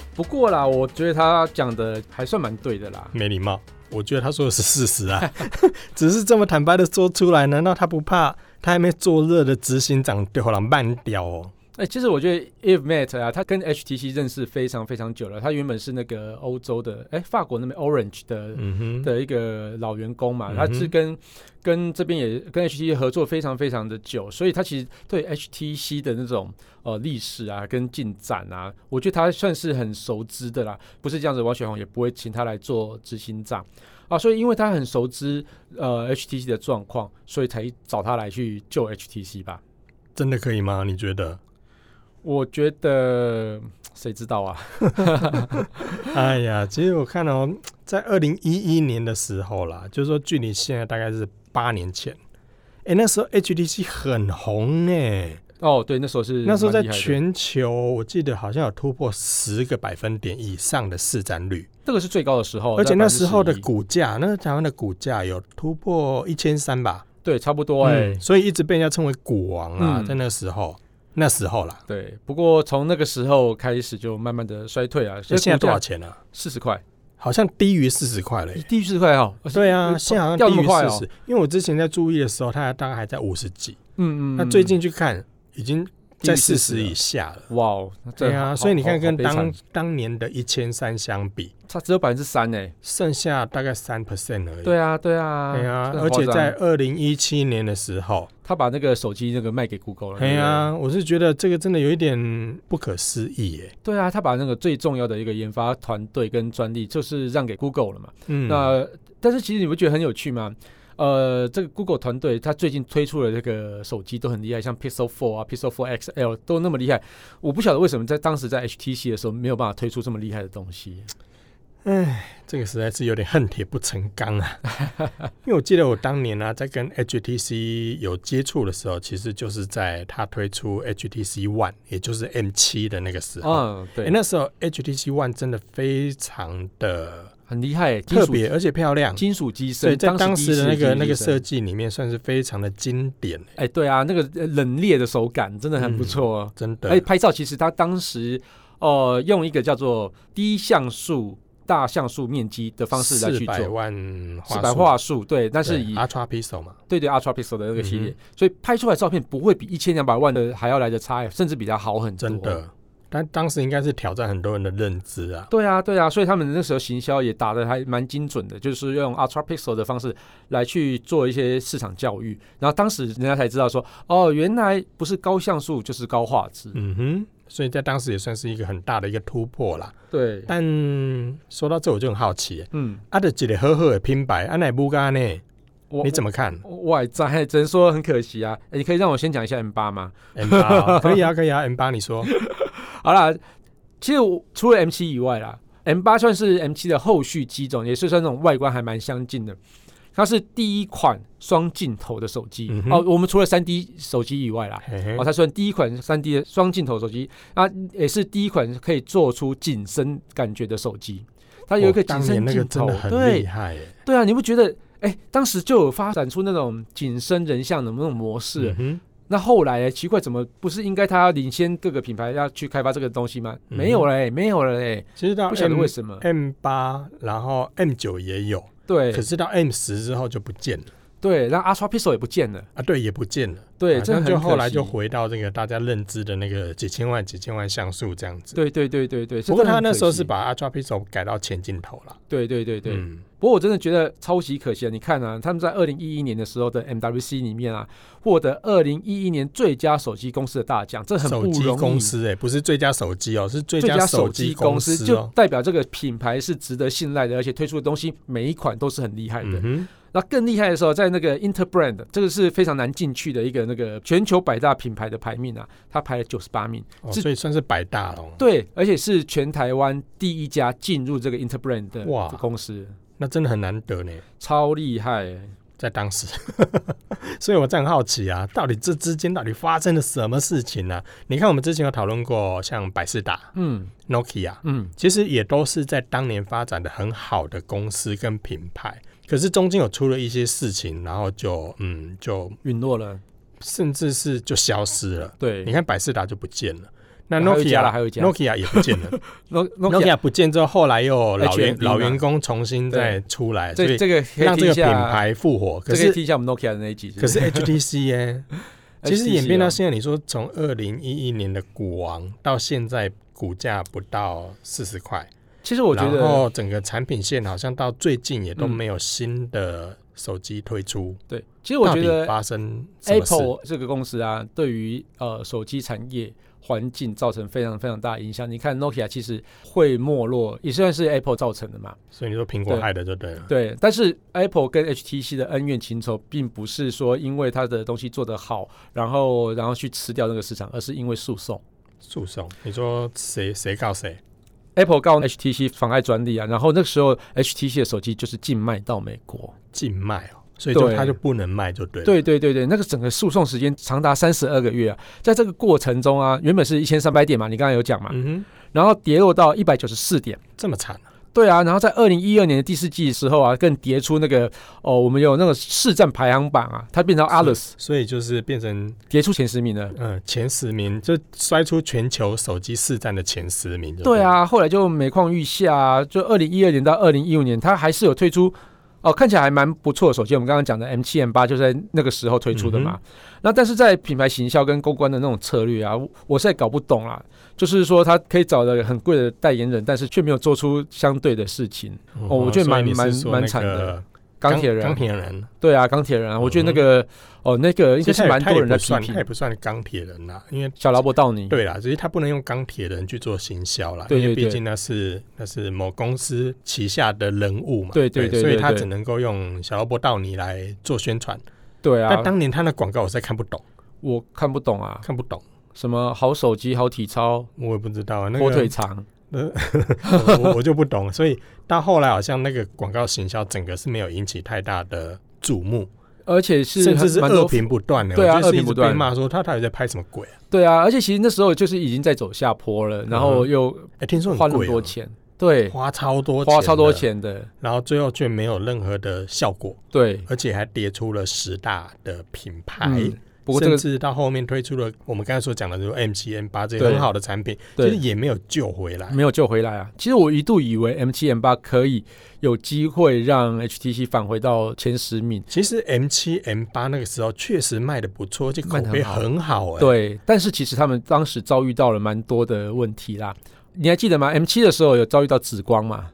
不过啦，我觉得他讲的还算蛮对的啦。没礼貌，我觉得他说的是事实啊， 只是这么坦白的说出来，难道他不怕他还没做热的执行长对后浪慢掉哦？哎、其实我觉得 Eve Matt 啊，他跟 HTC 认识非常非常久了。他原本是那个欧洲的，哎、法国那边 Orange 的嗯哼，的一个老员工嘛，嗯他哼是跟跟这边也跟 HTC 合作非常非常的久，所以他其实对 HTC 的那种呃历史啊跟进展啊，我觉得他算是很熟知的啦。不是这样子，王雪红也不会请他来做执行长啊，所以因为他很熟知呃 HTC 的状况，所以才找他来去救 HTC 吧。真的可以吗？你觉得？我觉得谁知道啊？哎呀，其实我看哦，在二零一一年的时候啦，就是说距离现在大概是八年前。哎、那时候 HTC 很红呢、哦，对，那时候是那时候在蛮厉害的全球，我记得好像有突破十个百分点以上的市占率，这个是最高的时候，而且哦在那时候的11%股价，那台湾的股价有突破一千三吧，对差不多哎、嗯所以一直被人家称为股王啊，嗯在那时候，那时候啦，对，不过从那个时候开始就慢慢的衰退啊。所以哎现在多少钱啊？四十块，好像低于四十块了耶、低于四十块哦。对啊，呃现在好掉像那么低于快哦四十，因为我之前在注意的时候，它大概还在五十几，嗯嗯。那嗯最近去看已经在四十了以下了。哇哦，那这对啊，好所以你好看，好跟悲惨当当年的一千三相比，它只有百分之三哎。剩下大概三 percent 而已。对啊，对啊，对啊，真的而夸且张在二零一七年的时候，他把那个手机那个卖给 Google 了。哎啊，呀，我是觉得这个真的有一点不可思议耶。对啊，他把那个最重要的一个研发团队跟专利就是让给 Google 了嘛。嗯，那但是其实你不觉得很有趣吗？呃，这个 Google 团队它最近推出的这个手机都很厉害，像 Pixel 4啊、Pixel 4 XL 都那么厉害。我不晓得为什么在当时在 HTC 的时候没有办法推出这么厉害的东西。哎，这个实在是有点恨铁不成钢啊。 因为我记得我当年呢、啊在跟 HTC 有接触的时候，其实就是在它推出 HTC One，也就是 M 7的那个时候。嗯，对，哎那时候 HTC One 真的非常的很厉害，金特属别，而且漂亮，金属机所以身，在当当时的那个那个设设，计里面算是非常的经典、哎，对啊，那个呃冷冽的手感真的很不错、哦。真的。哎、拍照其实它当时呃用一个叫做低像素大像素面积的方式来四去百做。万四画百素画素，对，但是对以 Ultra Pixel 嘛，对对 Ultra Pixel 的那个系列，嗯所以拍出来的照片不会比一千两百万的还要来的差，甚至比它好很多。真。的。但当时应该是挑战很多人的认知啊。对啊，对啊，所以他们那时候行销也打的还蛮精准的，就是用 Ultra Pixel 的方式来去做一些市场教育，然后当时人家才知道说，哦，原来不是高像素就是高画质。嗯哼，所以在当时也算是一个很大的一个突破啦。对，但说到这，我就很好奇耶，嗯，啊，的几个呵呵的拼白，啊，乃不干呢？我你怎么看我我还在， 只能说很可惜啊。诶你可以让我先讲一下 M 八吗？ ？M 八可以啊，可以啊，M 八你说，好啦，其实我除了 M 七以外啦，M 八算是 M 七的后续机种，也是算那种外观还蛮相近的。它是第一款双镜头的手机、嗯哼哦，我们除了三 D 手机以外啦，嘿嘿哦，它算第一款三 D 的双镜头手机，啊，也是第一款可以做出景深感觉的手机。它有一个哦景当年深那个镜真头的，很对厉害耶，对啊，你不觉得？哎，当时就有发展出那种景深人像的那种模式，嗯那后来奇怪，怎么不是应该他要领先各个品牌要去开发这个东西吗？嗯没有嘞，没有了嘞哼，，其实到不晓得 M 为什么。 M 八，然后 M 九也有，对可是到 M 十之后就不见了对，然后 Ultra Pixel 也不见了，啊，对，也不见了。对，啊这那很就可后来就惜回到这个大家认知的那个几千万、几千万像素这样子。对对对对对。不这过真的他很那可时候是惜把 Ultra Pixel 改到前镜头了。对对对对。嗯不过我真的觉得超级可惜啊！你看啊，他们在二零一一年的时候的 MWC 里面啊，获得二零一一年最佳手机公司的大奖，这很手不机容易。公司哎、不是最佳手机哦、是最最佳手手机机公公司司哦、就代表这个品牌是值得信赖的，而且推出的东西每一款都是很厉害的。嗯那更厉害的时候，在那个 Interbrand，这个是非常难进去的一个那个全球百大品牌的排名啊，它排了九十八名，哼，哦，是所以算是百大了。哦对，而且是全台湾第一家进入这个 Interbrand 的哇公司，那真的很难得呢，超厉害欸、在当时。 所以我这很好奇啊，到底这之间到底发生了什么事情呢、你看，我们之前有讨论过，像百事达、嗯 Nokia，嗯，其实也都是在当年发展的很好的公司跟品牌，可是中间有出了一些事情，然后就嗯，就陨落了，甚至是就消失了。对你看百事达就不见了，那还有一家 Nokia 啦还有一家 Nokia 也不 见了，No ，Nokia 不见之后，后来又老员 HMD 嘛老员工重新再出来，所这以这个可以让这听个一品下，牌复活。啊这个可可以是听一下我们 Nokia 的那一集。可是 HTC 耶、其实 HTC 演变到哦现在，你说从二零一一年的股王到现在股价不到四十块。啊其实我觉然得嗯后整个产品线好像到最近也都没有新的手机推出，对，其实我到觉底得发生什么事 Apple 这个公司啊，对于呃手机产业环境造成非常非常大的影响。你看 Nokia 其实会没落，也算是 Apple 造成的嘛。所以你说苹果害的就对了。对，但是 Apple 跟 HTC 的恩怨情仇，并不是说因为它的东西做得好，然后然后去吃掉那个市场，而是因为诉讼。诉讼，你说谁谁告谁？ Apple 告 HTC 妨碍专利啊，然后那个时候 HTC 的手机就是禁卖到美国。禁卖哦，所以就对他就不能卖就对了。，对对对对，那个整个诉讼时间长达三十二个月啊，在这个过程中啊，原本是一千三百点嘛，你刚才有讲嘛，嗯然后跌落到一百九十四点。哼，这么惨啊、对啊，然后在二零一二年的第四季的时候啊，更跌出那个哦，我们有那个市占排行榜啊，它变成 Alice 所以就是变成跌出前十名了。嗯、呃前十名，就摔出全球手机市占的前十名就对了，啊，后来就每况愈下、啊，就二零一二年到二零一五年，它还是有推出哦，看起来还蛮不错的手机。我们刚刚讲的 M 七 M 八就在那个时候推出的嘛。那但是在品牌行销跟公关的那种策略啊，我我实在搞不懂啊。就是说，它可以找的很贵的代言人，但是却没有做出相对的事情。嗯哦我觉得蛮所以你是蛮说蛮那惨的个钢铁人钢，铁人，对啊，钢铁人啊，我觉得嗯那个、哦，那个应该是其实他也蛮多人在批他也不算评他也。不算钢铁人啦、因为小劳勃道尼，对啦，只是他不能用钢铁人去做行销啦，对对因为毕对竟那是那是某公司旗下的人物嘛，对对对所以对他对只能够用小罗伯道尼来做宣传。对啊但，当年他的广告我实在看不懂，我看不懂啊，看不懂，什么好手机、好体操、我也不知道啊，那火腿个肠，我我我就不懂，所以到后来好像那个广告行销整个是没有引起太大的瞩目，而且是甚至是蛮多恶评不断的，对啊我就是一恶评直不被断骂说他到底在拍什么鬼啊？对啊，而且其实那时候就是已经在走下坡了，然后又哎，听说花嗯很那么贵哦、多钱，对，花超多钱，花超多，钱的，然后最后却没有任何的效果。对，而且还跌出了十大的品牌，嗯，不过这个甚至到后面推出了我们刚才所讲的，就是 M 七 N 八这些对很好的产品，其实对也没有救回来。没有救回来啊。其实我一度以为 M 七 M 八可以有机会让 HTC 返回到前十名，其实 M 七 M 八那个时候确实卖的不错，而且口卖得碑很好很好、哎，，对，但是其实他们当时遭遇到了蛮多的问题啦。你还记得吗？M 七的时候有遭遇到紫光嘛？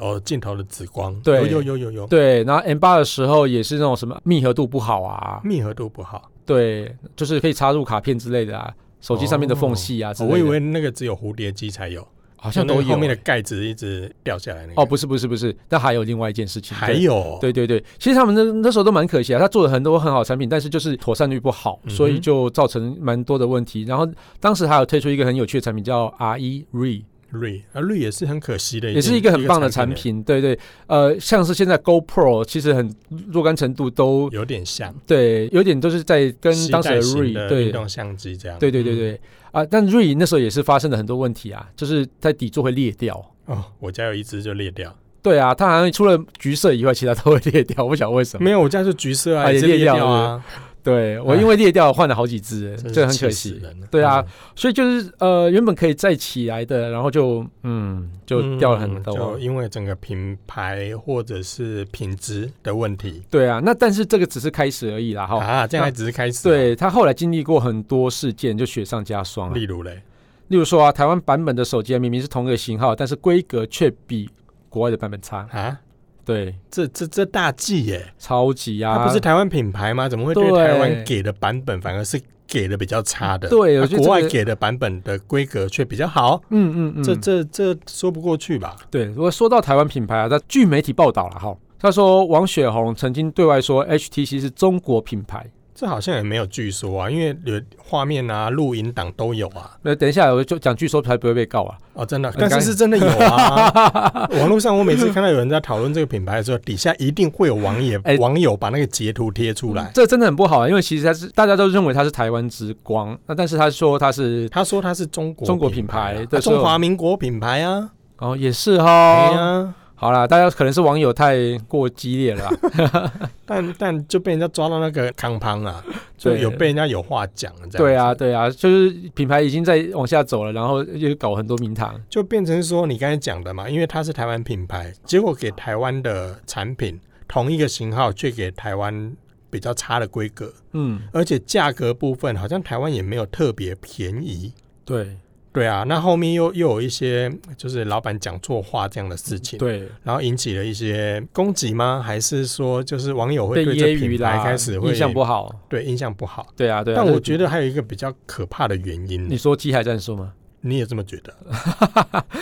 哦，镜头的紫光，对有有有有有，对，然后 M 八的时候也是那种什么密合度不好啊，密合度不好。对，就是可以插入卡片之类的啊，手机上面的缝隙啊之哦类的。我以为那个只有蝴蝶机才有，好好像都有、后面的欸盖子一直掉下来那个。哦，不是不是不是，但还有另外一件事情，还对。有，对对对，其实他们那那时候都蛮可惜啊，他做了很多很好的产品，但是就是妥善率不好，嗯哼所以就造成蛮多的问题。然后当时还有推出一个很有趣的产品叫 R E Re，瑞啊瑞也是很可惜的一也件，是一个很棒的产一个品，对对，呃，像是现在 GoPro 其实很若干程度都欸，有点像对，有点都是在跟携当时的带型 Re 的对运动相机这样。对对对嗯对啊，但 Re 那时候也是发生了很多问题啊，就是在底座会裂掉，哦，我家有一只就裂掉，对啊，它好像除了橘色以外，其他都会裂掉。我不晓得为什么。没有，我家是橘色啊，啊也也是裂裂掉掉啊，对我因为裂掉换了好几只，真这是很可气死惜。人了。对啊嗯，所以就是呃，原本可以再起来的，然后就嗯，就掉了很嗯就多。因为整个品牌或者是品质的问题对啊，那但是这个只是开始而已啦，哈。啊，这样那还只是开始、，对他后来经历过很多事件，就雪上加霜啊。例如嘞，例如说啊，台湾版本的手机啊明明是同一个型号，但是规格却比国外的版本差。啊，对，这这这大忌耶、超级啊，它不是台湾品牌吗？怎么会对对台湾给的版本反而是给的比较差的？对我啊觉得这个国外给的版本的规格却比较好，嗯嗯嗯，这这这说不过去吧？对，如果说到台湾品牌啊，那据媒体报道了哈，他说王雪红曾经对外说 HTC 是中国品牌。这好像也没有据说啊，因为有画面啊、录影档都有啊。那等一下，我就讲据说才不会被告啊。哦，真的，刚但是是真的有 啊！网络上我每次看到有人在讨论这个品牌的时候，底下一定会有网友、 哎网友把那个截图贴出来。这真的很不好啊，因为其实他是大家都认为他是台湾之光，那但是他说他是他说他是中国中国啊品牌的啊时候中华民国品牌啊，哦也是哎哈。呀，好啦，大家可能是网友太过激烈了啦，但但就被人家抓到那个康 胖啊，就对有被人家有话讲啊，这样 子对啊，，对啊，就是品牌已经在往下走了，然后又搞很多名堂。就变成说你刚才讲的嘛，因为它是台湾品牌，结果给台湾的产品同一个型号，却给台湾比较差的规格，嗯，而且价格部分好像台湾也没有特别便宜。对对啊，那后面又又有一些就是老板讲错话这样的事情，嗯对，然后引起了一些攻击吗？还是说就是网友会被对这揶揄品牌啦，开始会印象不好。对印象不好？对啊，对啊。但我得觉得还有一个比较可怕的原因，你你说机海战术吗？你也这么觉 得？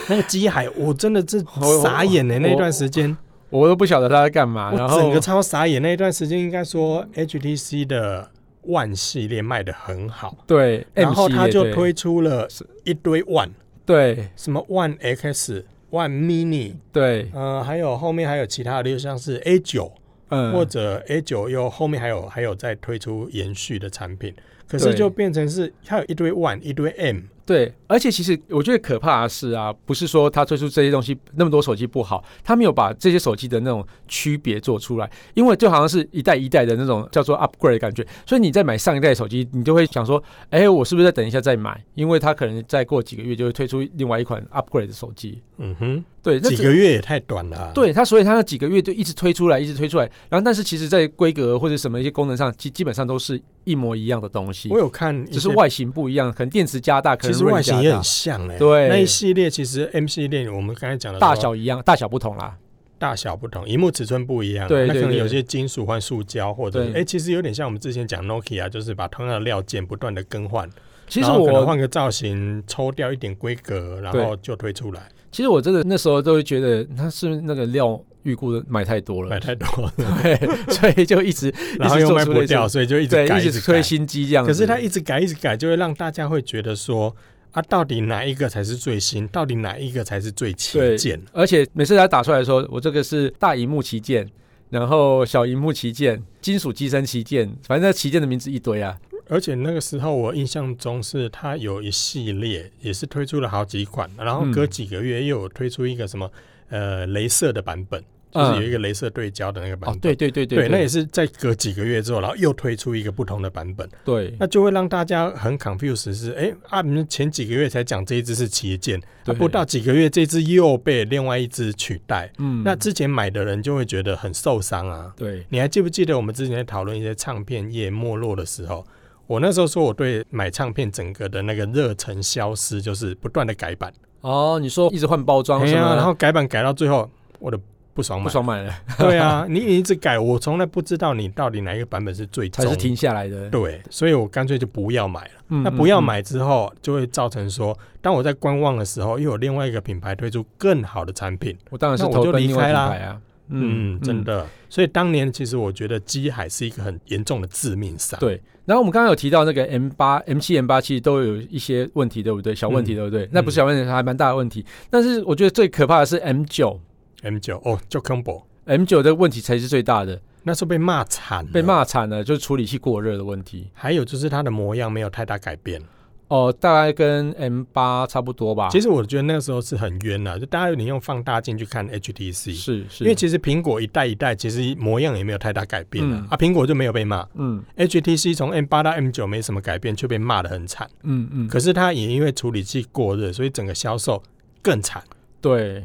那个机海，我真的是我我傻眼呢、欸我那段时间，我都不晓得他在干嘛，我然后整个超傻眼。那一段时间应该说 HTC 的 One 系列卖的很好，对，然后 M 系他列就对推出了一堆 One，对什么 One X、One Mini，对，呃，还有后面还有其他的，例如像是 A 九、嗯，或者 A 九又后面还有还有再推出延续的产品，可是对就变成是它有一堆 One，一堆 M，对，而且其实我觉得可怕的是啊，不是说他推出这些东西那么多手机不好，他没有把这些手机的那种区别做出来，因为就好像是一代一代的那种叫做 upgrade 的感觉，所以你在买上一代手机，你就会想说，哎，我是不是再等一下再买？因为他可能再过几个月就会推出另外一款 upgrade 的手机。嗯哼，对，那几这个月也太短了、啊。对它，所以它那几个月就一直推出来，一直推出来。然后，但是其实，在规格或者什么一些功能上，基基本上都是一模一样的东西我，有看一些，只是外形不一样，可能电池加大，可能其实 RAM 外形加也大很像哎、对那一系列其实 M 系列我们刚才讲的大什么小一样，大小不同啦。大小不同，荧幕尺寸不一样，啊对那可对能对有些金属换塑胶，或者哎、对诶其实有点像我们之前讲 Nokia，就是把同样的料件不断的更换，其实然后可能我换个造型，抽掉一点规格，然后就推出来，其实我真的那时候都会觉得，它是不是那个料预估的买太多买了，太多了， 对，所以就一 直然后又卖一直做不出类掉，似所以就一直对改，一直直推改。新机这样子。可是它一直改，一直改，就会让大家会觉得说。啊，到底哪一个才是最新？到底哪一个才是最旗对舰？而且每次他打出来说，我这个是大荧幕旗舰，然后小荧幕旗舰，金属机身旗舰，反正那旗舰的名字一堆啊。而且那个时候我印象中是它有一系列，也是推出了好几款，然后嗯隔几个月又有推出一个什么呃镭射的版本，就是有一个镭射对焦的那个版啊哦本。，对对对对对，那也是在隔几个月之后，然后又推出一个不同的版本，对那就会让大家很 confused，是哎啊，你们前几个月才讲这一只是旗舰，啊对不到几个月这只又被另外一只取代，嗯那之前买的人就会觉得很受伤啊。对你还记不记得我们之前在讨论一些唱片业没落的时候，我那时候说我对买唱片整个的那个热忱消失，就是不断的改版，哦，你说一直换包装哎什呀，么，然后改版改到最后，我的不爽不买，爽买了，对啊， 你你一直改，我从来不知道你到底哪一个版本是最才终是停下来的。对，所以我干脆就不要买了。嗯那不要，嗯嗯买之后，就会造成说，当我在观望的时候，又有另外一个品牌推出更好的产品，我当然是那我投就奔离另外开品啦牌啊。嗯，真。的。所以当年其实我觉得机海是一个很严重的致命伤。对然后我们刚刚有提到那个 M 八、M 七、M 八其实都有一些问题，对不对？小问题，嗯对不对？那不是小问题，还蛮大的问题。但是我觉得最可怕的是 M 九，M 九哦，就 combo， ，M 九的问题才是最大的，那时候被骂惨，被。骂惨了，就是处理器过热的问题。还有就是它的模样没有太大改变，哦，大概跟 M 八差不多吧。其实我觉得那个时候是很冤啊了、就大家有点用放大镜去看 HTC，是是，因为其实苹果一代一代其实模样也没有太大改变了、嗯啊，苹果就没有被骂。嗯 HTC 从 M 八到 M 九没什么改变，却被骂得很惨。嗯嗯，可是它也因为处理器过热，所以整个销售更惨。对。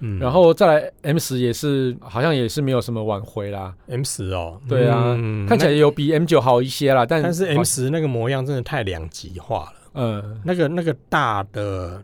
嗯，然后再来 M 十也是，好像也是没有什么挽回啦， M 十哦，对啊嗯看起来那有比 M 九好一些啦，但但是 M 好十那个模样真的太两极化了。呃那个那个大的，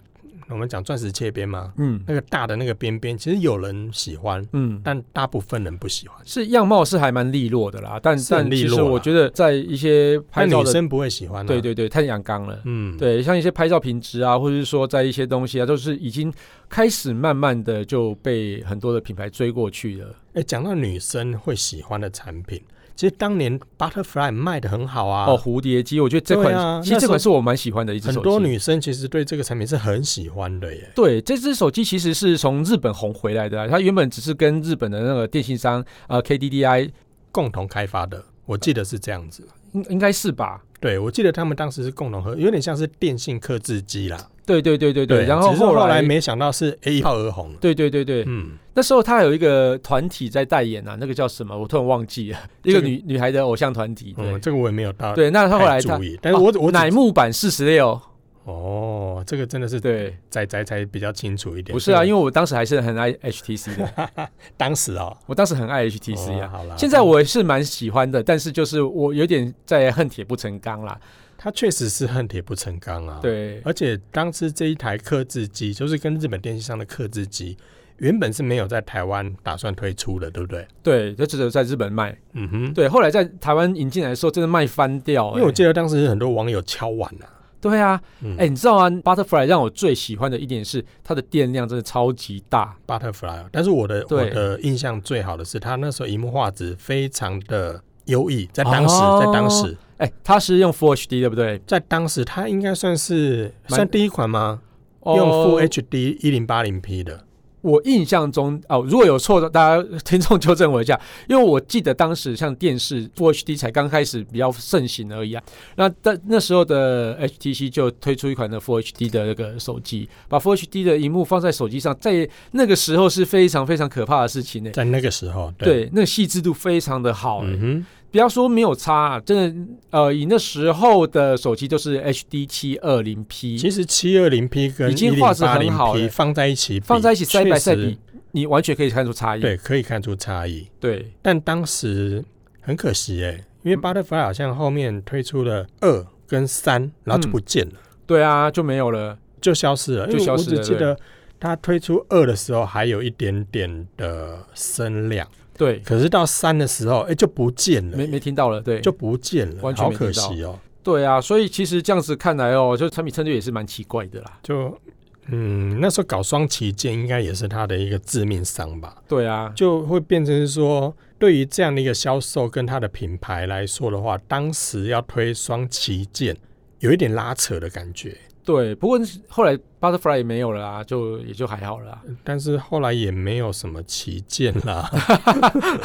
我们讲钻石切边嘛，嗯那个大的那个边边，其实有人喜欢，嗯，但大部分人不喜欢。是样貌是还蛮利落的啦，但是很但利其落实啦我觉得在一些拍但照女的，生不会喜欢、啊。对，对对，太阳刚了。嗯，，对，像一些拍照品质啊，或者是说在一些东西啊，都是已经开始慢慢的就被很多的品牌追过去了。哎，讲到女生会喜欢的产品，其实当年 Butterfly 卖的很好啊。哦，，蝴蝶机，我觉得这款、对啊其实那时这候款是我蛮喜欢的一只很手机。多女生其实对这个产品是很喜欢的耶。对这只手机其实是从日本红回来的啊、它原本只是跟日本的那个电信商呃 KDDI 共同开发的，我记得是这样子。应应该是吧？对，我记得他们当时是共同合，有点像是电信克制机啦。对对对对对，然后只是后来来没想到是 A 炮而红。对对对对，嗯，那时候他有一个团体在代言啊，那个叫什么？我突然忘记了，一个这个女、女孩的偶像团体。对、嗯，这个我也没有到对，那他后太来他注意，但是我我只乃木坂四十六，哦，这个真的是对，仔仔才比较清楚一点。不是啊，因为为我当时还是很爱 HTC 的，当时啊我当时很爱 HTC 哦啊。好啦，现在我是蛮喜欢的，但是就是我有点在恨铁不成钢啦。他确实是恨铁不成钢啊。，对，而且当时这一台刻制机就是跟日本电信商的刻制机，原本是没有在台湾打算推出的，对不对？对，就只有在日本卖。嗯哼，对，后来在台湾引进来的时候，真的卖翻掉、因为我这记得当时很多网友敲碗啊。对啊，嗯哎、你知道吗？Butterfly 让我最喜欢的一点是它的电量真的超级大。 Butterfly，但是啊我的我对的印象最好的是他那时候荧幕画质非常的优异，在当时，哦在当时，哎、它是用 Full HD 对不对？在当时，它应该算是蛮算第一款吗？哦用 Full HD 一零八零 P 的，我印象中哦，如果有错的，大家听众纠正我一下， 因为我记得当时像电视 Full HD 才刚开始比较盛行而已啊。那但那时候的 HTC 就推出一款的 Full HD 的那个手机，把 Full HD 的荧幕放在手机上，在那个时候是非常非常可怕的事情呢、在那个时候，对，对，那个细致度非常的好、欸，嗯不要说没有差、啊，真的，呃，以那时候的手机都是 HD 七二零哼， P，其实七二零 P 跟已一经零画质八很零好 P 了放在一起比，放在一起赛确百赛实比，，你完全可以看出差异。对，可以看出差异。对，但当时很可惜哎、因为 Butterfly 好像后面推出了二跟三，然后就不见了，对啊，就没有了。就消失了。因为就消失了我只记得它推出二的时候还有一点点的声量，对，可是到三的时候，哎、就不见了，没没听到了，对，就不见了，完全好没听可到惜哦、对啊，所以其实这样子看来哦，就产品策略也是蛮奇怪的啦。就嗯，那时候搞双旗舰应该也是它的一个致命伤吧，对啊，就会变成是说，对于这样的一个销售跟它的品牌来说的话，当时要推双旗舰，有一点拉扯的感觉。对，不过后来 Butterfly 也没有了啊，就也就还好了啊、但是后来也没有什么旗舰啦。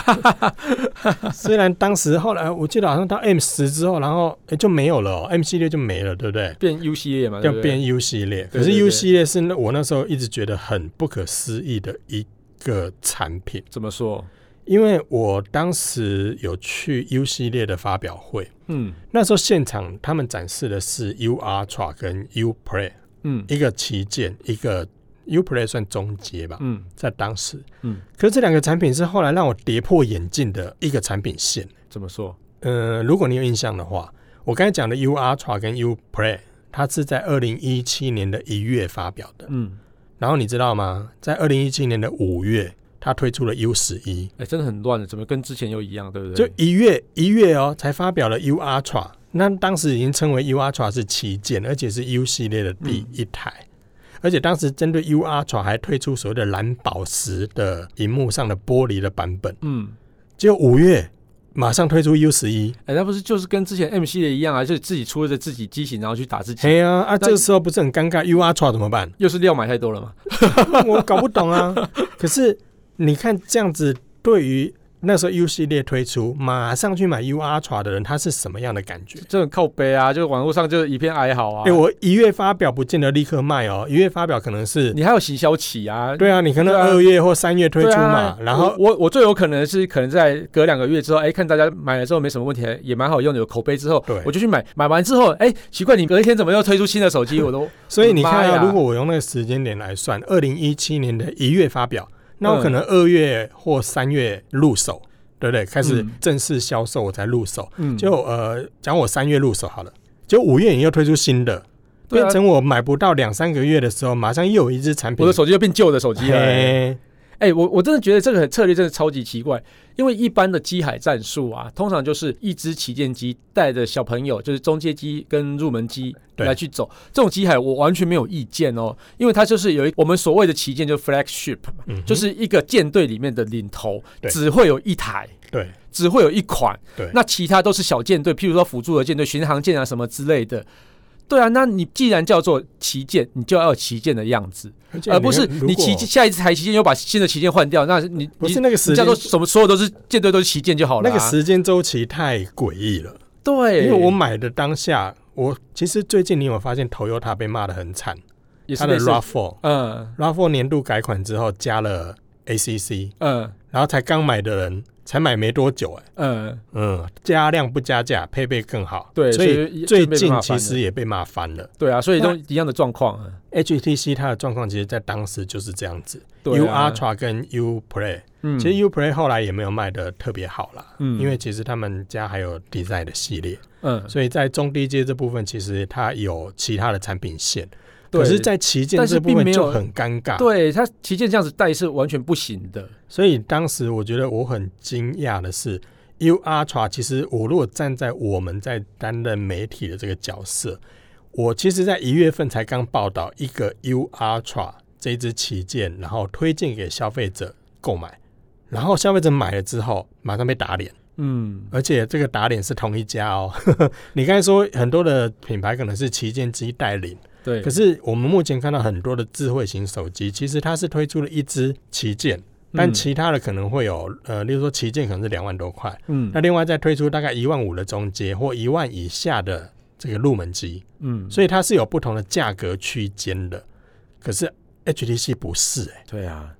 虽然当时后来我记得好像到 M 十之后，然后诶就没有了哦、m 系列就没了，对不对？变 U 系列嘛，啊对要不对？变 U 系列，对可是对 U 对系列是那我那时候一直觉得很不可思议的一个产品，怎么说？因为我当时有去 U 系列的发表会，嗯那时候现场他们展示的是 U Ultra 跟 U Play 嗯一个旗舰，一个 U Play 算中阶吧，嗯，在当时，嗯，可是这两个产品是后来让我跌破眼镜的一个产品线。怎么说？呃，如果你有印象的话，我刚才讲的 U Ultra 跟 U Play，它是在二零一七年的一月发表的。嗯，然后你知道吗？在二零一七年的五月，它推出了 U 十一，哎，真的很乱的，怎么跟之前又一样，对不就对？一月一月哦，才发表了 U Ultra。那当时已经称为 U Ultra 是旗舰，而且是 U 系列的第嗯一台。而且当时针对 U Ultra 还推出所谓的蓝宝石的荧幕上的玻璃的版本。嗯，结果五月马上推出 U 十一，哎，那不是就是跟之前 M 系列一样啊，就是自己出了自己机型，然后去打自己，嘿啊啊！那？这个时候不是很尴尬？U Ultra 怎么办又是料买 太多了嘛？我搞不懂啊。可是你看这样子，对于那时候 U 系列推出，马上去买 U Ultra 的人，他是什么样的感觉？这种靠背啊，就网络上就一片哀嚎啊。哎、我一月发表不见得立刻卖哦，一月发表可能是，你还有行销期啊，对啊，你可能对啊二月或三月推出对嘛，啊、然后我我我最有可能是可能在隔两个月之后，哎，看大家买了之后没什么问题，也蛮好用的，有口碑之后，对我就去买。买完之后，哎，奇怪，你隔一天怎么又推出新的手机？我 都所以你看、妈呀啊，如果我用那个时间点来算，二零一七年的一月发表，那嗯我可能二月或三月入手，对不对？开始嗯正式销售我才入手，嗯，就呃，讲我三月入手好了，就五月你又推出新的，对啊变成我买不到两三个月的时候，马上又有一只产品，我的手机就变旧的手机了、哎嘿哎、我我真的觉得这个策略真的超级奇怪，因为一般的机海战术啊，通常就是一支旗舰机带着小朋友，就是中阶机跟入门机对来去走。这种机海我完全没有意见哦，因为它就是有一我们所谓的旗舰，就是 flagship，嘛嗯哼就是一个舰队里面的领头，对只会有一台。对只会有一款，对那其他都是小舰队，譬如说辅助的舰队、巡航舰啊什么之类的。对啊，那你既然叫做旗舰，你就要有旗舰的样子，而且而呃不是如你果旗下一次台旗舰又把新的旗舰换掉，那你不是你那个时你间叫做什么？所有都是舰队都是旗舰就好了、那啊。个时间周期太诡异了，对，因为我买的当下，我其实最近你有没有发现 Toyota 被骂的很惨，也是它的类似 Rav4 嗯 Rav4 年度改款之后加了 ACC，嗯然后才刚买的人才买没多久哎、嗯，嗯，加量不加价，配备更好。对所所以以最就被近骂其翻实也被骂翻了。对啊，所以都一样的状况啊。 HTC 它的状况其实，在当时就是这样子。对 U 啊 Ultra 跟 U Play，、嗯，其实 U Play 后来也没有卖的特别好啦，嗯因为其实他们家还有 Design 的系列，嗯，所以在中低阶这部分，其实它有其他的产品线。对可是，在旗舰但是这部分并没就有很尴尬。，对它旗舰这样子带是完全不行的。所以当时我觉得我很惊讶的是，U Ultra 其实我如果站在我们在担任媒体的这个角色，我其实在一月份才刚报道一个 U Ultra 这一支旗舰，然后推荐给消费者购买，然后消费者买了之后马上被打脸。嗯，而且这个打脸是同一家哦。 呵呵你刚才说很多的品牌可能是旗舰机带领，对可，是我们目前看到很多的智慧型手机，其实它是推出了一支旗舰，但嗯其他的可能会有呃，例如说旗舰可能是两万多块，嗯那另外再推出大概一万五的中阶或一万以下的这个入门机，嗯，所以它是有不同的价格区间的。可是 HTC 不是、欸，对啊，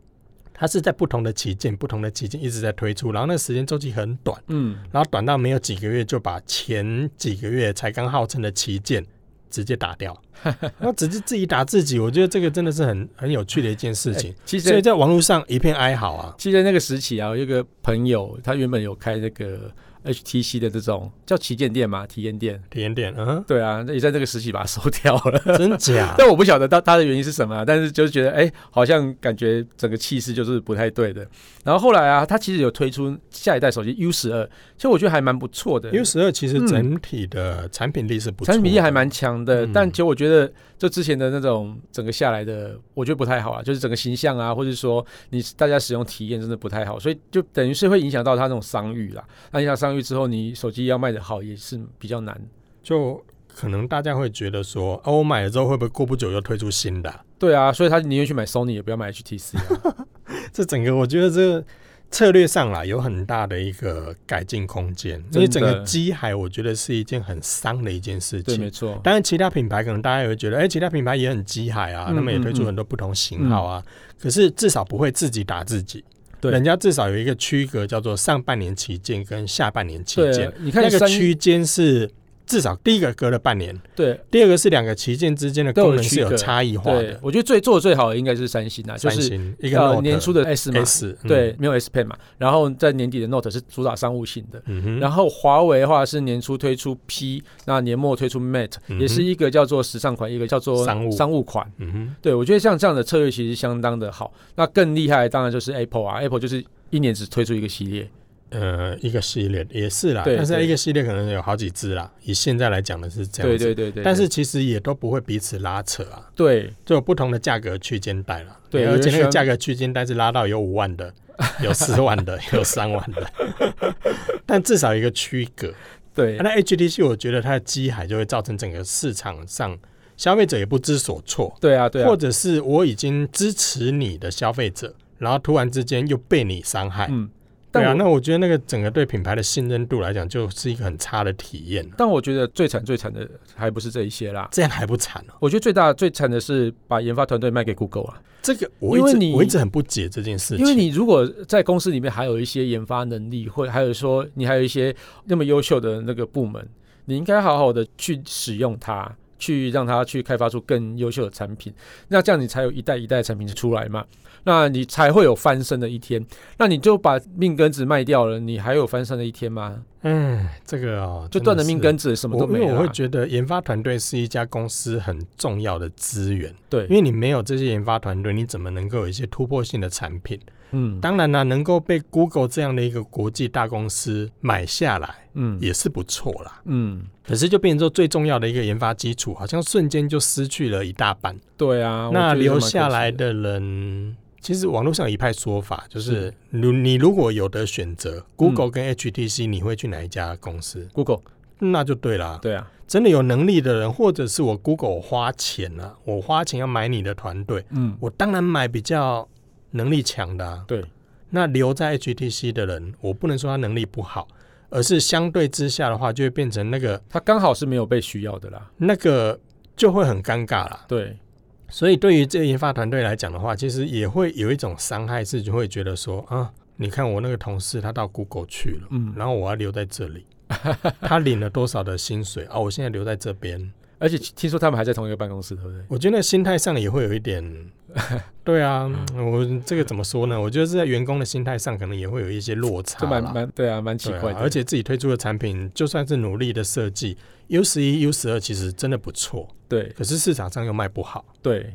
它是在不同的旗舰、不同的旗舰一直在推出，然后那个时间周期很短。嗯。然后短到没有几个月就把前几个月才刚号称的旗舰直接打 掉，然后直接自己打自己，我觉得这个真的是很很有趣的一件事情。哎其所以实，在网络上一片哀嚎啊，其实那个时期啊，我有一个朋友，他原本有开那个 HTC 的这种叫旗舰店嘛，体验店。体验店，嗯，对啊，那也在这个时期把它收掉了。 ？真假但我不晓得他他的原因是什么啊、但是就是觉得，哎、好像感觉整个气势就是不太对的。然后后来啊，他其实有推出下一代手机 U 十二，其实我觉得还蛮不错的。 U 十二其实嗯整体的产品力是不错，产品力还，蛮强的，嗯但其实我觉得，就之前的那种整个下来的，我觉得不太好啊，就是整个形象啊，或者说你大家使用体验真的不太好，所以就等于是会影响到它那种商誉啦。那影响商誉之后，你手机要卖得好也是比较难。就可能大家会觉得说，哦、我买了之后会不会过不久又推出新的啊、对啊，所以他宁愿去买 Sony 也不要买 HTC 啊。这整个我觉得这策略上啦有很大的一个改进空间，因为整真的个机海我觉得是一件很伤的一件事对，情没。错。当然，其他品牌可能大家也会觉得，哎、其他品牌也很机海啊，嗯他们也推出很多不同型号啊。可是至少不会自己打自己，对人家至少有一个区隔，叫做上半年旗舰跟下半年旗对舰啊，。你看那个三区间是至少第一个隔了半年，对第二个是两个旗舰之间的功能是有差异化对的，。我觉得最做的最好的应该是三星啊，就三是星一个 Note, 呃年初的 S 嘛， S，嗯对，，没有 S Pen 嘛，然后在年底的 Note 是主打商务型的。嗯哼，然后华为的话是年初推出 P，那年末推出 Mate，、嗯哼也是一个叫做时尚款，一个叫做商务款。嗯哼，对，我觉得像这样的策略其实相当的好。那更厉害的当然就是 Apple 啊，Apple 就是一年只推出一个系列。呃，一个系列也是啦，对但是对一个系列可能有好几支啦。以现在来讲的是这样对子，对对对，但是其实也都不会彼此拉扯啊。对就有不同的价格区间带了。对而且那有个些价格区间带是拉到有五万的，有四万 的，有三万的， 但至少有一个区隔。对啊那 HTC 我觉得它的机海就会造成整个市场上消费者也不知所措，对啊对啊或，者是我已经支持你的消费者，然后突然之间又被你伤害。嗯。对但我啊，那我觉得那个整个对品牌的信任度来讲，就是一个很差的体验。啊但我觉得最惨最惨的还不是这一些啦，这样还不惨哦、我觉得最大最惨的是把研发团队卖给 Google 啊，这个我一因为直你我一直很不解这件事因情，为你如果在公司里面还有一些研发能力，或还有说你还有一些那么优秀的那个部门，你应该好好的去使用它，去让它去开发出更优秀的产品。那这样你才有一代一代的产品出来嘛，那你才会有翻身的一天。那你就把命根子卖掉了，你还有翻身的一天吗？嗯，这个哦，就真的断了是命根子，什么我都因没为有我啊、会觉得研发团队是一家公司很重要的资源，因对，为你没有这些研发团队，你怎么能够有一些突破性的产品？嗯当然啦、能够被 Google 这样的一个国际大公司买下来嗯也是不错啦。嗯，可是就变成说最重要的一个研发基础，好像瞬间就失去了一大半。对啊。我那觉得留蛮可惜下来的的人，其实网络上有一派说法，就是是嗯如你如果有的选择，Google 跟 HTC，你会去哪一家公司？ Google，那就对啦。对啊，真的有能力的人，或者是我 Google 花钱啊，我花钱要买你的团队，嗯，我当然买比较能力强的、啊。对，那留在 HTC 的人，我不能说他能力不好，而是相对之下的话，就会变成那个它刚好是没有被需要的啦。那个就会很尴尬啦。对，所以对于这研发团队来讲的话，其实也会有一种伤害，是就会觉得说啊，你看我那个同事他到 Google 去了，嗯，然后我要留在这里，他领了多少的薪水啊？我现在留在这边，而且听说他们还在同一个办公室，对不对？我觉得心态上也会有一点， 对啊，我这个怎么说呢？我觉得是在员工的心态上可能也会有一些落差这啦，蛮蛮对啊，蛮奇对啊怪的。而且自己推出的产品，就算是努力的设计，U 十一、U 十二其实真的不错，对可是市场上又卖不好，对，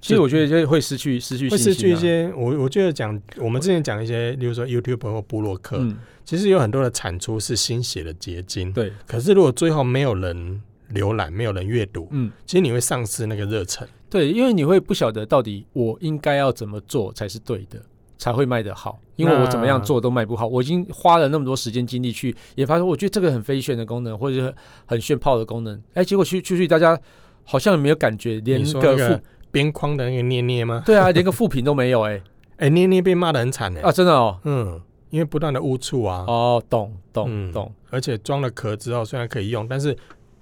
其实我觉得就会失去失去会信失心、啊，去一些。我我觉得讲，我们之前讲一些，例如说 YouTube 或部落客，嗯，其实有很多的产出是心血的结晶，。对，可是如果最后没有人浏览，没有人阅读，嗯其实你会丧失那个热忱。对，因为你会不晓得到底我应该要怎么做才是对的。才会卖得好，因为我怎么样做都卖不好。我已经花了那么多时间精力去研发，说我觉得这个很飞炫的功能，或者是很炫炮的功能，哎，结果去去去，大家好像没有感觉，连你说那个个副边框的那个捏捏吗？对啊，连个副品都没有、 哎、捏捏被骂得很惨哎、哎啊，真的哦，嗯，因为不断的误触啊，哦，懂懂嗯懂，而且装了壳之后虽然可以用，但是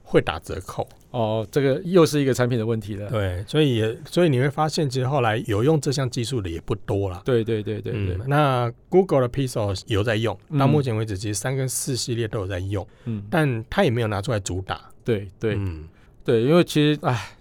会打折扣。哦，这个又是一个产品的问题了。对，所以也所以你会发现，其实后来有用这项技术的也不多了。对对对对对，嗯，那 Google 的 Pixel 有在用，嗯到目前为止，其实三跟四系列都有在用，嗯，但它也没有拿出来主打。对对嗯，对，因为其实唉，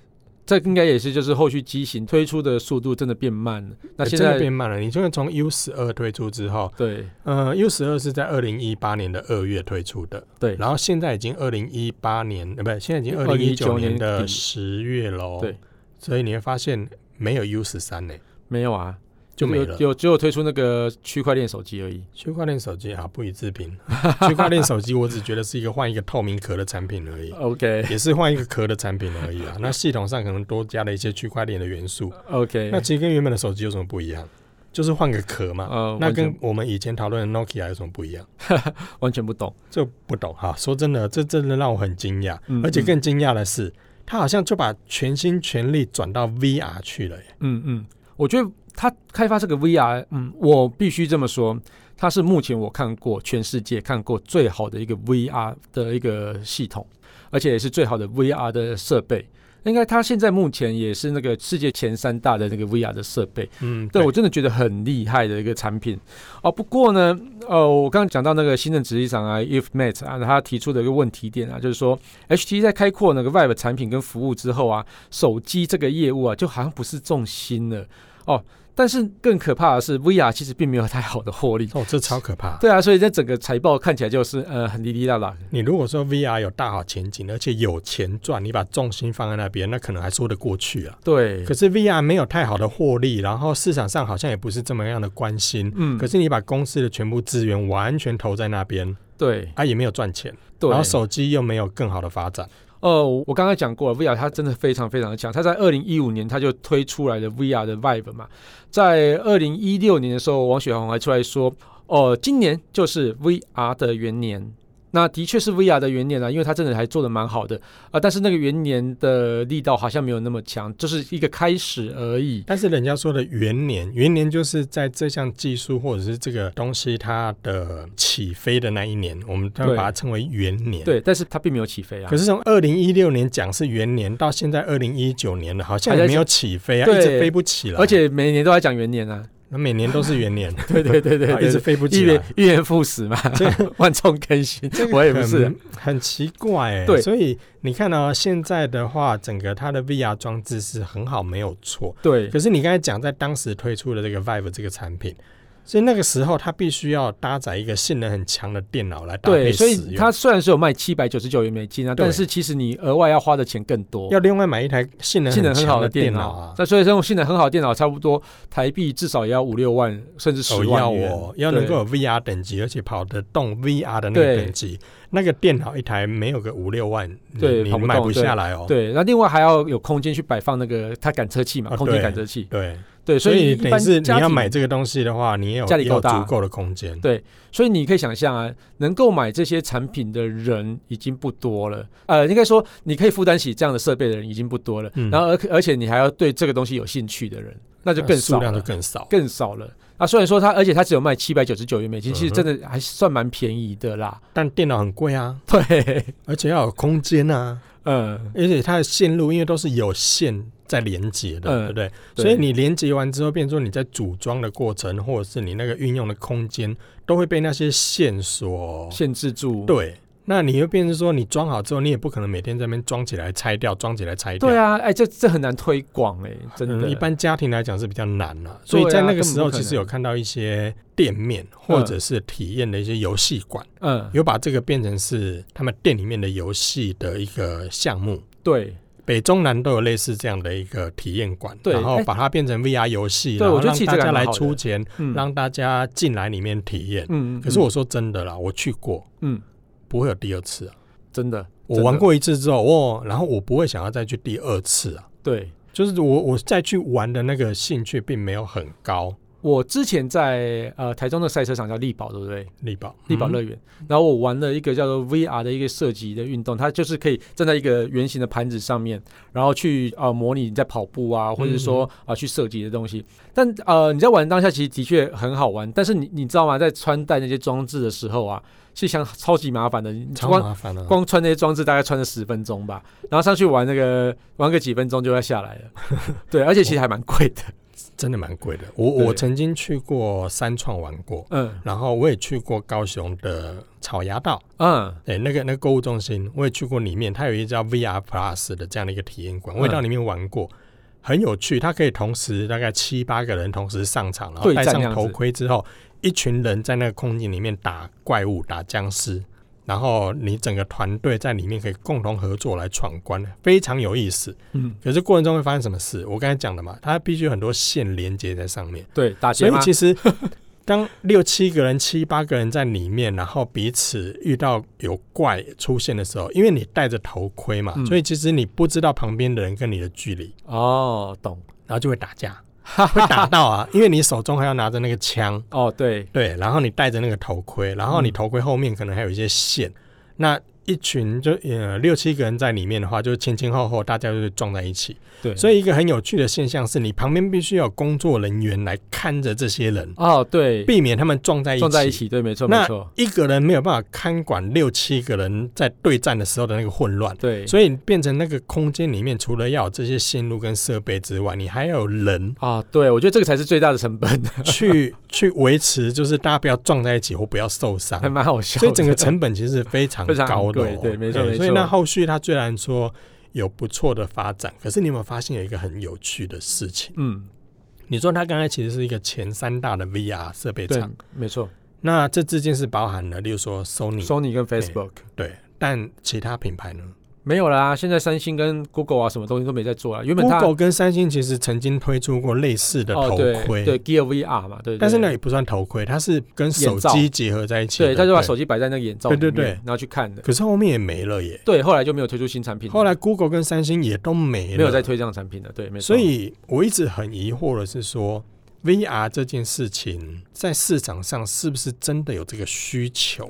这应该也是就是后续机型推出的速度真的变慢了。那欸现真的在变慢了。你就算从 U 十二推出之后，对呃，U 十二是在二零一八年的二月推出的，对然后现在已经二零一八年，呃，不，现在已经二零一2019九年的底十月喽。对，所以你会发现没有 U 十三呢，没有啊，就没有了。有只有推出那个区块链手机而已。，区块链手机啊，不予置评。 区块链手机，我只觉得是一个换一个透明壳的产品而已 OK 也是换一个壳的产品而已 啊。那系统上可能多加了一些区块链的元素， OK，那其实跟原本的手机有什么不一样？就是换个壳嘛。呃，那完全跟我们以前讨论的 Nokia 有什么不一样？完全不懂，这不懂哈。说真的，这真的让我很惊讶，嗯而且更惊讶的是，他好像就把全心全力转到 VR 去了耶。嗯嗯，我觉得他开发这个 VR，嗯，我必须这么说，它是目前我看过全世界看过最好的一个 VR 的一个系统，而且也是最好的 VR 的设备。应该它现在目前也是那个世界前三大的那个 VR 的设备，嗯，对我真的觉得很厉害的一个产品哦。不过呢，呃，我刚刚讲到那个新任执行长啊，If Matt 啊，他提出的一个问题点啊，就是说 HT 在开阔那个 Vive 产品跟服务之后啊，手机这个业务啊，就好像不是重心了哦。但是更可怕的是，VR 其实并没有太好的获利。哦，这超可怕。对啊，所以在整个财报看起来就是呃很哩哩啦啦。你如果说 VR 有大好前景，而且有钱赚，你把重心放在那边，那可能还说得过去啊。对可，是 VR 没有太好的获利，然后市场上好像也不是这么样的关心。嗯可是你把公司的全部资源完全投在那边，对啊，也没有赚钱，对。然后手机又没有更好的发展。呃，我刚刚讲过了，VR 它真的非常非常的强。它在二零一五年它就推出来的 VR 的 Vive 嘛，在二零一六年的时候，王雪红还出来说，哦、今年就是 VR 的元年。那的确是 VR 的元年啊，因为它真的还做的蛮好的啊、但是那个元年的力道好像没有那么强，就是一个开始而已。但是人家说的元年，元年就是在这项技术或者是这个东西它的起飞的那一年，我们都对把它称为元年。。对，但是它并没有起飞啊可。是从二零一六年讲是元年，到现在二零一九年了，好像还也在没有起飞啊，对一直飞不起来。而且每年都在讲元年啊，那每年都是元年， 对对对对 啊对，一直飞不一起来元。一元复始嘛这，万众更新这，个我也不是很，很奇怪、欸，对所以你看呢、现在的话，整个它的 VR 装置是很好，没有错。对可是你刚才讲，在当时推出的这个 Vive 这个产品，所以那个时候它必须要搭载一个性能很强的电脑来搭对，配使所用，以它虽然是有卖七百九十九元美金啊，对但是其实你额外要花的钱更多。要另外买一台性能性能很强好的电电脑脑啊，。那所以这种性能很好的电脑，差不多台币至少也要五六万，甚至十首要万元。哦，要能对够有 VR 等级，而且跑得动 VR 的那个对等级，那个电脑一台没有个五六万，你对你跑不买动不对下来哦。对，那另外还要有空间去摆放那个它感测器啊嘛，空间对感测器。对，对，所以以等于是你要买这，这个东西的话，你也有家里也有够大足够的空间。对所以你可以想象啊，能够买这些产品的人已经不多了。呃，应该说你可以负担起这样的设备的人已经不多了。嗯然后而而且你还要对这个东西有兴趣的人，那就更啊数少量就了，更少。更少了。啊，虽然说它，而且它只有卖七百九十九元美金，其实嗯哼真的还算蛮便宜的啦。 但电脑很贵啊，对，而且要有空间啊，嗯，而且它的线路因为都是有线在连接的，对嗯不对？对所以你连接完之后，变成说你在组装的过程，或者是你那个运用的空间，都会被那些线所限制住。哦对。那你又变成说，你装好之后，你也不可能每天在那边装起来拆掉，装起来拆掉。对啊，哎，这这很难推广哎，真的。啊嗯，一般家庭来讲是比较难了、所以在那个时候，根本不可其能实有看到一些店面或者是体验的一些游戏馆，嗯，有把这个变成是他们店里面的游戏的一个项目。对北中南都有类似这样的一个体验馆，对然后哎把它变成 VR 游戏，对然后我觉得让其实大这个家还蛮来好的出钱，嗯，让大家进来里面体验。嗯，嗯可是我说真的啦，我去过，嗯不会有第二次啊。真的我真的玩过一次之后，哦，然后我不会想要再去第二次啊。对。就是我我再去玩的那个兴趣并没有很高，我之前在呃台中的赛车场叫力宝，对不对？力宝力宝嗯乐园，然后我玩了一个叫做 VR 的一个射击的运动，它就是可以站在一个圆形的盘子上面，然后去呃模拟你在跑步嗯啊，或者是说啊、呃去射击的东西。但呃你在玩当下其实的确很好玩，但是你你知道吗？在穿戴那些装置的时候啊，是想超级麻烦的，你嗯超光麻烦啊了、光穿那些装置大概穿了十分钟吧，然后上去玩那个玩个几分钟就要下 来了，对，而且其实还蛮贵的，真的蛮贵的。我对我曾经去过三创玩过，嗯然后我也去过高雄的草衙道，嗯，哎、那个那个购物中心，我也去过里面，它有一个叫 VR Plus 的这样的一个体验馆，我嗯也到里面玩过。很有趣，它可以同时大概七八个人同时上场，然后对戴战那上样子头盔之后，一群人在那个空间里面打怪物、打僵尸，然后你整个团队在里面可以共同合作来闯关，非常有意思。嗯，可是过程中会发生什么事？我刚才讲的嘛，它必须有很多线连接在上面，对，打所劫以吗？其实当六七个人、七八个人在里面，然后彼此遇到有怪出现的时候，因为你戴着头盔嘛，嗯所以其实你不知道旁边的人跟你的距离，哦，懂，然后就会打 架，会打到啊，因为你手中还要拿着那个枪，哦，对，对，然后你戴着那个头盔，然后你嗯头盔后面可能还有一些线，那。一群就呃六七个人在里面的话，就前前后后大家就会撞在一起，对，所以以一个很有趣的现象是你旁边必须要有工作人员来看着这些人，哦，对，避免他们撞在一起。撞在一，起，对，没错，没那错，一个人没有办法看管六七个人在对战的时候的那个混乱，对，所以变成那个空间里面，除了要有这些线路跟设备之外，你还要有人 啊，对，我觉得这个才是最大的成本，去去维持，就是大家不要撞在一起或不要受 伤还。蛮好笑的，所以整个成本其实是非常非常高昂的、哦贵，对没错没所以错那后续它虽然说有不错的发展，可是你有没有发现有一个很有趣的事情？嗯，你说它刚才其实是一个前三大的 VR 设备对厂，，没错那这之间是包含了，例如说 Sony， ，Sony 跟 Facebook 嗯对，但其他品牌呢没有啦，现在三星跟 Google 啊，什么东西都没在做了，原本它？Google 跟三星其实曾经推出过类似的头哦，盔，对对，Gear VR 嘛，对，对但是那对也不算头盔，它是跟手眼罩机结合在一起的，对，他就把手机摆在那个眼罩对里对面，对然后去看的，可是后面也没了耶。对，后来就没有推出新产品了，后来 Google 跟三星也都没了，没有再推这样的产品了，对，没错，所以我一直很疑惑的是说，VR 这件事情在市场上是不是真的有这个需求？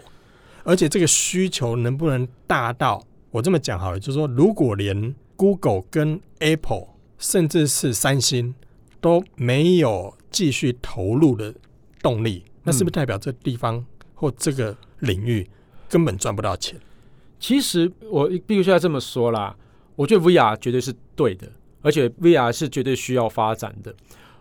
而且这个需求能不能大到我这么讲好了，就是说，如果连 Google 跟 Apple 甚至是三星都没有继续投入的动力，那是不是代表这地方或这个领域根本赚不到钱？其实我必须要这么说啦，我觉得 VR 绝对是对的，而且 VR 是绝对需要发展的。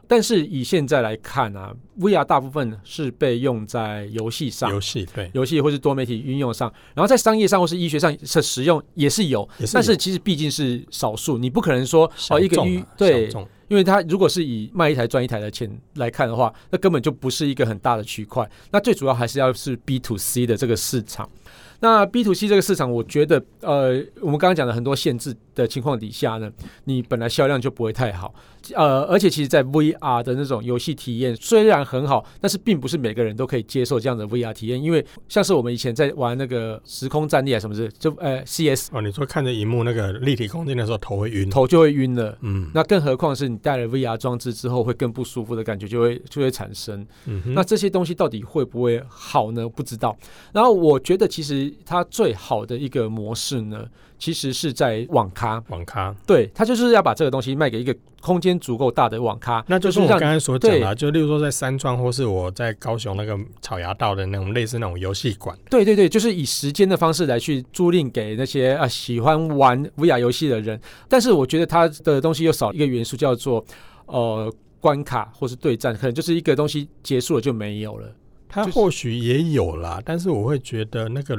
但是以现在来看啊，VR 大部分是被用在游戏上，游戏对，游戏或是多媒体运用上，然后在商业上或是医学上的使用也是有，也是有但是其实毕竟是少数，你不可能说小哦一个众医啊对小，众因为它如果是以卖一台赚一台的钱来看的话，那根本就不是一个很大的区块。那最主要还是要是 B to C 的这个市场。那 B to C 这个市场，我觉得呃，我们刚刚讲的很多限制的情况底下呢，你本来销量就不会太好。呃，而且其实，在 VR 的那种游戏体验虽然很好，但是并不是每个人都可以接受这样的 VR 体验，因为像是我们以前在玩那个《时空战力》啊什么之类，就呃 CS 哦，你说看着荧幕那个立体空间的时候头会晕，头就会晕了。嗯那更何况是你戴了 VR 装置之后，会更不舒服的感觉就会就会产生。嗯哼，那这些东西到底会不会好呢？不知道。然后我觉得，其实它最好的一个模式呢，其实是在网咖，网咖，对，它就是要把这个东西卖给一个空间足够大的网咖，那就是是我让刚才所讲的啊，就例如说在三创或是我在高雄那个草衙道的那种类似那种游戏馆，对对对，就是以时间的方式来去租赁给那些啊喜欢玩 VR 游戏的人。但是我觉得它的东西又少一个元素，叫做呃关卡或是对战，可能就是一个东西结束了就没有了。它就是或许也有啦，但是我会觉得那个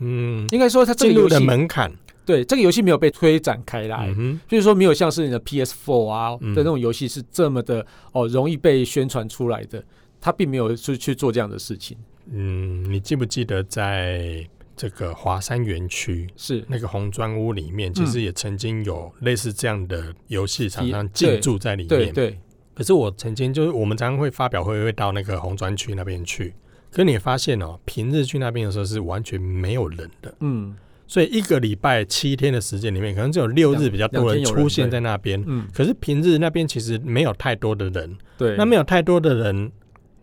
嗯应该说它这进个入游的戏门槛，对这个游戏没有被推展开来。嗯哼，所以说没有像是你的 PS4 啊嗯的那种游戏是这么的哦，容易被宣传出来的，它并没有去去做这样的事情，嗯，你记不记得在这个华山园区？是那个红砖屋里面，其嗯实也曾经有类似这样的游戏厂商对进驻在里面。对对，可是我曾经就是我们常常会发表会会到那个红砖区那边去，可你也发现哦，平日去那边的时候是完全没有人的，嗯所以一个礼拜七天的时间里面，可能只有六日两比较多人两天有人出现在那边。嗯，可是平日那边其实没有太多的人，对，那没有太多的人，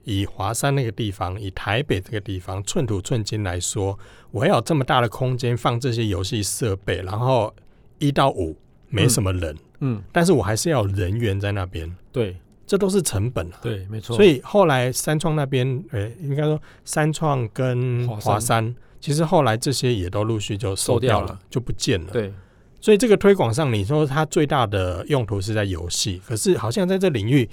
以华山那个地方，以台北这个地方寸土寸金来说，我要有这么大的空间放这些游戏设备，然后一到五没什么人，嗯但是我还是要有人员在那边，对这都是成本啊。对，没错，所以后来三创那边，呃、应该说三创跟华山华山，其实后来这些也都陆续就收掉收了，掉了就不见了。对所以这个推广上，你说它最大的用途是在游戏，可是好像在这领域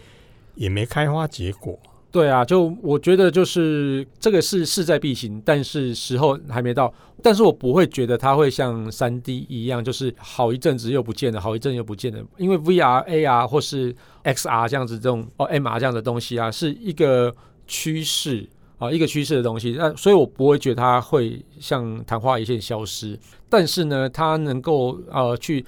也没开花结果。对啊，就我觉得就是这个是势在必行，但是时候还没到。但是我不会觉得它会像三 D 一样，就是好一阵子又不见了，好一阵又不见了。因为 VR、AR 或是 XR 这样子这种哦 MR 这样的东西啊，是一个趋势啊，一个趋势的东西。那所以我不会觉得它会像昙花一现消失。但是呢，它能够呃去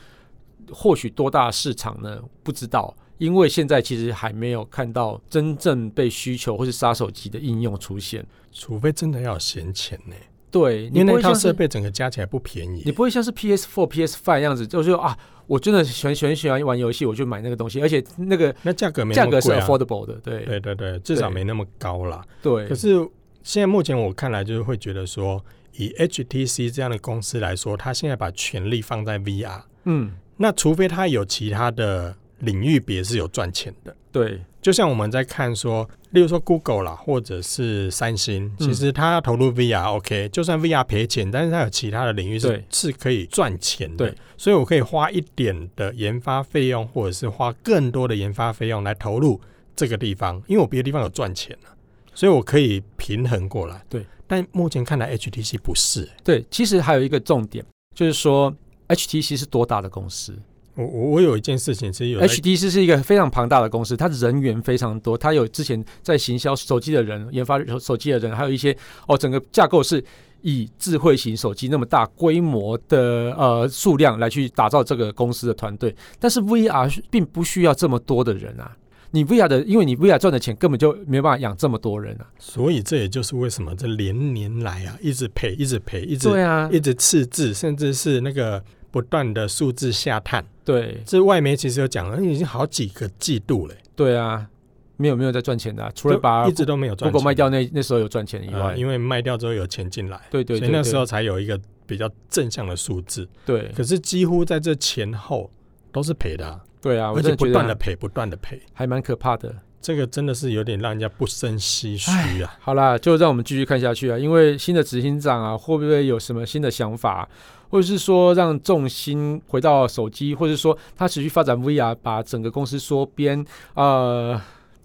获取多大市场呢？不知道，因为现在其实还没有看到真正被需求或是杀手级的应用出现。除非真的要有闲钱呢、对，你因不为那会套像设是备整个加起来不便宜。你不会像是 PS Four、PS Five 样子，就是说啊，我真的很喜欢喜欢玩游戏，我就买那个东西，而且那个那价格没那价么格是贵、啊， affordable 的。对对对对，至少对没那么高啦。对可，是现在目前我看来，就是会觉得说，以 HTC 这样的公司来说，它现在把权力放在 VR，嗯，那除非它有其他的领域别是有赚钱的。对就像我们在看说，例如说 Google 啦，或者是三星，嗯其实它投入 VR OK，就算 VR 赔钱，但是它有其他的领域是对是可以赚钱的对。所以我可以花一点的研发费用，或者是花更多的研发费用来投入这个地方，因为我别的地方有赚钱了、所以我可以平衡过来。对，但目前看来 HTC 不是、欸对。其实还有一个重点，就是说 HTC 是多大的公司？我我我有一件事情其实有在 HTC 是一个非常庞大的公司，它人员非常多，它有之前在行销手机的人、研发手手机的人，还有一些哦，整个架构是以智慧型手机那么大规模的呃数量来去打造这个公司的团队。但是 VR 是并不需要这么多的人啊，你 VR 的，因为你 VR 赚的钱根本就没办法养这么多人啊。所以这也就是为什么这连年来啊，一直赔，一直赔，一直对啊，一直赤字，甚至是那个不断的数字下探。对这外媒其实有讲，嗯已经好几个季度了。对啊，没有没有在赚钱的啊、除了把一直都没有赚 Google 钱，卖掉那那时候有赚钱以呃外，因为卖掉之后有钱进来，对对所对，以那对时候才有一个比较正向的数字。对可是几乎在这前后都是赔的啊、对啊，我而真且的不觉断的得赔，不断的赔，还蛮可怕的。这个真的是有点让人家不胜唏嘘啊。好啦，就让我们继续看下去啊，因为新的执行长啊，会不会有什么新的想法，啊或者是说让重心回到手机，或者是说他持续发展 VR，把整个公司缩编？呃，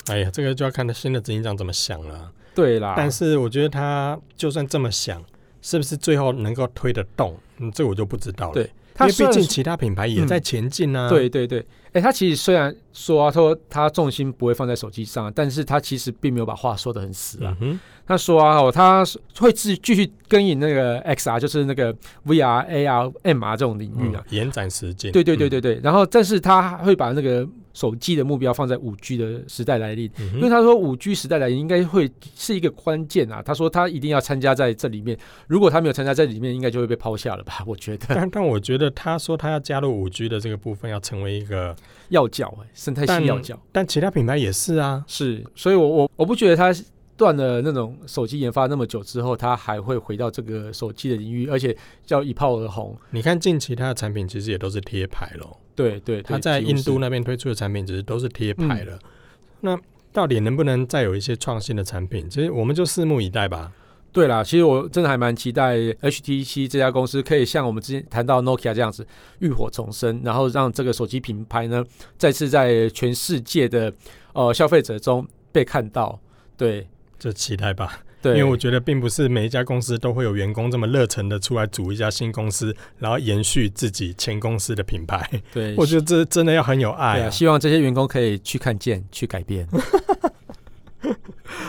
哎呀，这个就要看他新的执行长怎么想了啊、对啦，但是我觉得他就算这么想，是不是最后能够推得动？嗯，这个我就不知道了。对因他为虽毕然竟说其他品牌也在前进啊。对对对，哎、他其实虽然说、啊、他说他重心不会放在手机上啊，但是他其实并没有把话说得很死啊。嗯哼，他说啊，哦，他是会继继续跟引那个 XR，就是那个 VR、AR、MR 这种领域啊。嗯延展时间。对对对嗯，对对，然后但是他会把那个手机的目标放在五 G 的时代来临，嗯因为哼他说五 G 时代来临应该会是一个关键啊。他说他一定要参加在这里面，如果他没有参加在里面，应该就会被抛下了吧？我觉得但但我觉得他说他要加入五 G 的这个部分，要成为一个，要角、欸、生态但系要角但其他品牌也是啊。是，所以我我我不觉得他断了那种手机研发那么久之后，他还会回到这个手机的领域，而且要一炮而红。你看近期他的产品其实也都是贴牌咯，对对，对他在几乎印是嗯度那边推出的产品其实都是贴牌了。那到底能不能再有一些创新的产品？其实我们就拭目以待吧。对啦，其实我真的还蛮期待 HTC 这家公司可以像我们之前谈到 Nokia 这样子浴火重生，然后让这个手机品牌呢再次在全世界的呃消费者中被看到。对就期待吧。对，因为我觉得并不是每一家公司都会有员工这么热忱的出来组一家新公司，然后延续自己前公司的品牌。对我觉得这真的要很有对爱、啊，啊。希望这些员工可以去看见、去改 变。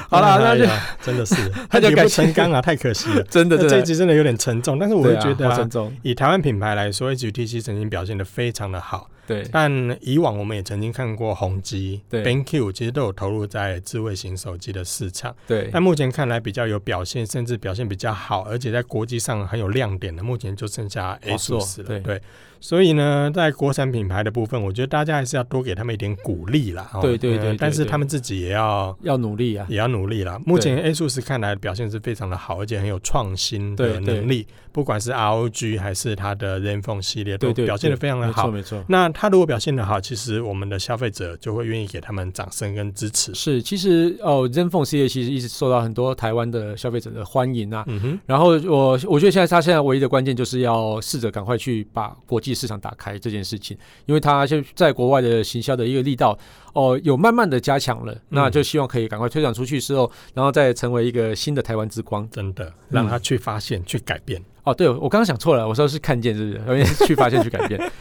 好啦，那哎就呀真 的是那就恨铁感不谢。成钢啊，太可惜了 真的那真这一的，集真的有点沉重，但是我会对啊觉得、好啊沉。重。以台湾品牌来说，HTC 曾经表现的非常的好，对但以往我们也曾经看过宏基、对 BenQ 其实都有投入在智慧型手机的市场。对但目前看来比较有表现，甚至表现比较好，而且在国际上很有亮点的，目前就剩下华硕 ASUS 了。对所以呢，在国产品牌的部分，我觉得大家还是要多给他们一点鼓励啦。哦对对对呃对但是对他们自己也要。要努力啊。也要努力啦。目前 ASUS 看来表现是非常的好，而且很有创新的对对能力，不管是 ROG 还是它的 ZenFone 系列，都对对，表现的对非常的没错好。没错。那它如果表现的好，其实我们的消费者就会愿意给他们掌声跟支持。是，其实哦，ZenFone 系列其实一直受到很多台湾的消费者的欢迎啊。嗯哼，然后我我觉得现在它现在唯一的关键就是要试着赶快去把国际市场打开这件事情，因为它就在国外的行销的一个力道哦、有慢慢的加强了，那就希望可以赶快推展出去之后，然后再成为一个新的台湾之光。真的让他去发现、去改变。哦，对，我刚刚想错了，我说是看见是不是？有点去发现去改变。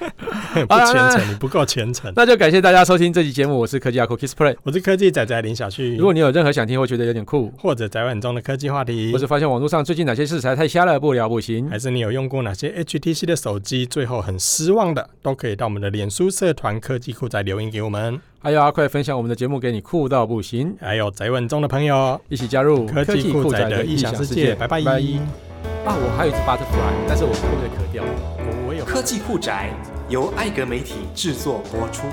不虔诚，你不够虔诚。那就感谢大家收听这期节目，我是科技阿酷 Kiss Play。我是科技仔仔林小旭，如果你有任何想听或觉得有点酷，或者宅晚中的科技话题或，是发现网络上最近哪些事实在太瞎了，不聊不行。还是你有用过哪些 HTC 的手机，最后很失望的，都可以到我们的脸书社团科技酷仔留言给我们。还哎有阿快分享我们的节目给你酷到不行，还有宅晚中的朋友，一起加入科技酷仔的异想世界，拜拜。啊，我还有一只 butterfly，但是我会不会咳掉？我有。科技酷宅由艾格媒体制作播出。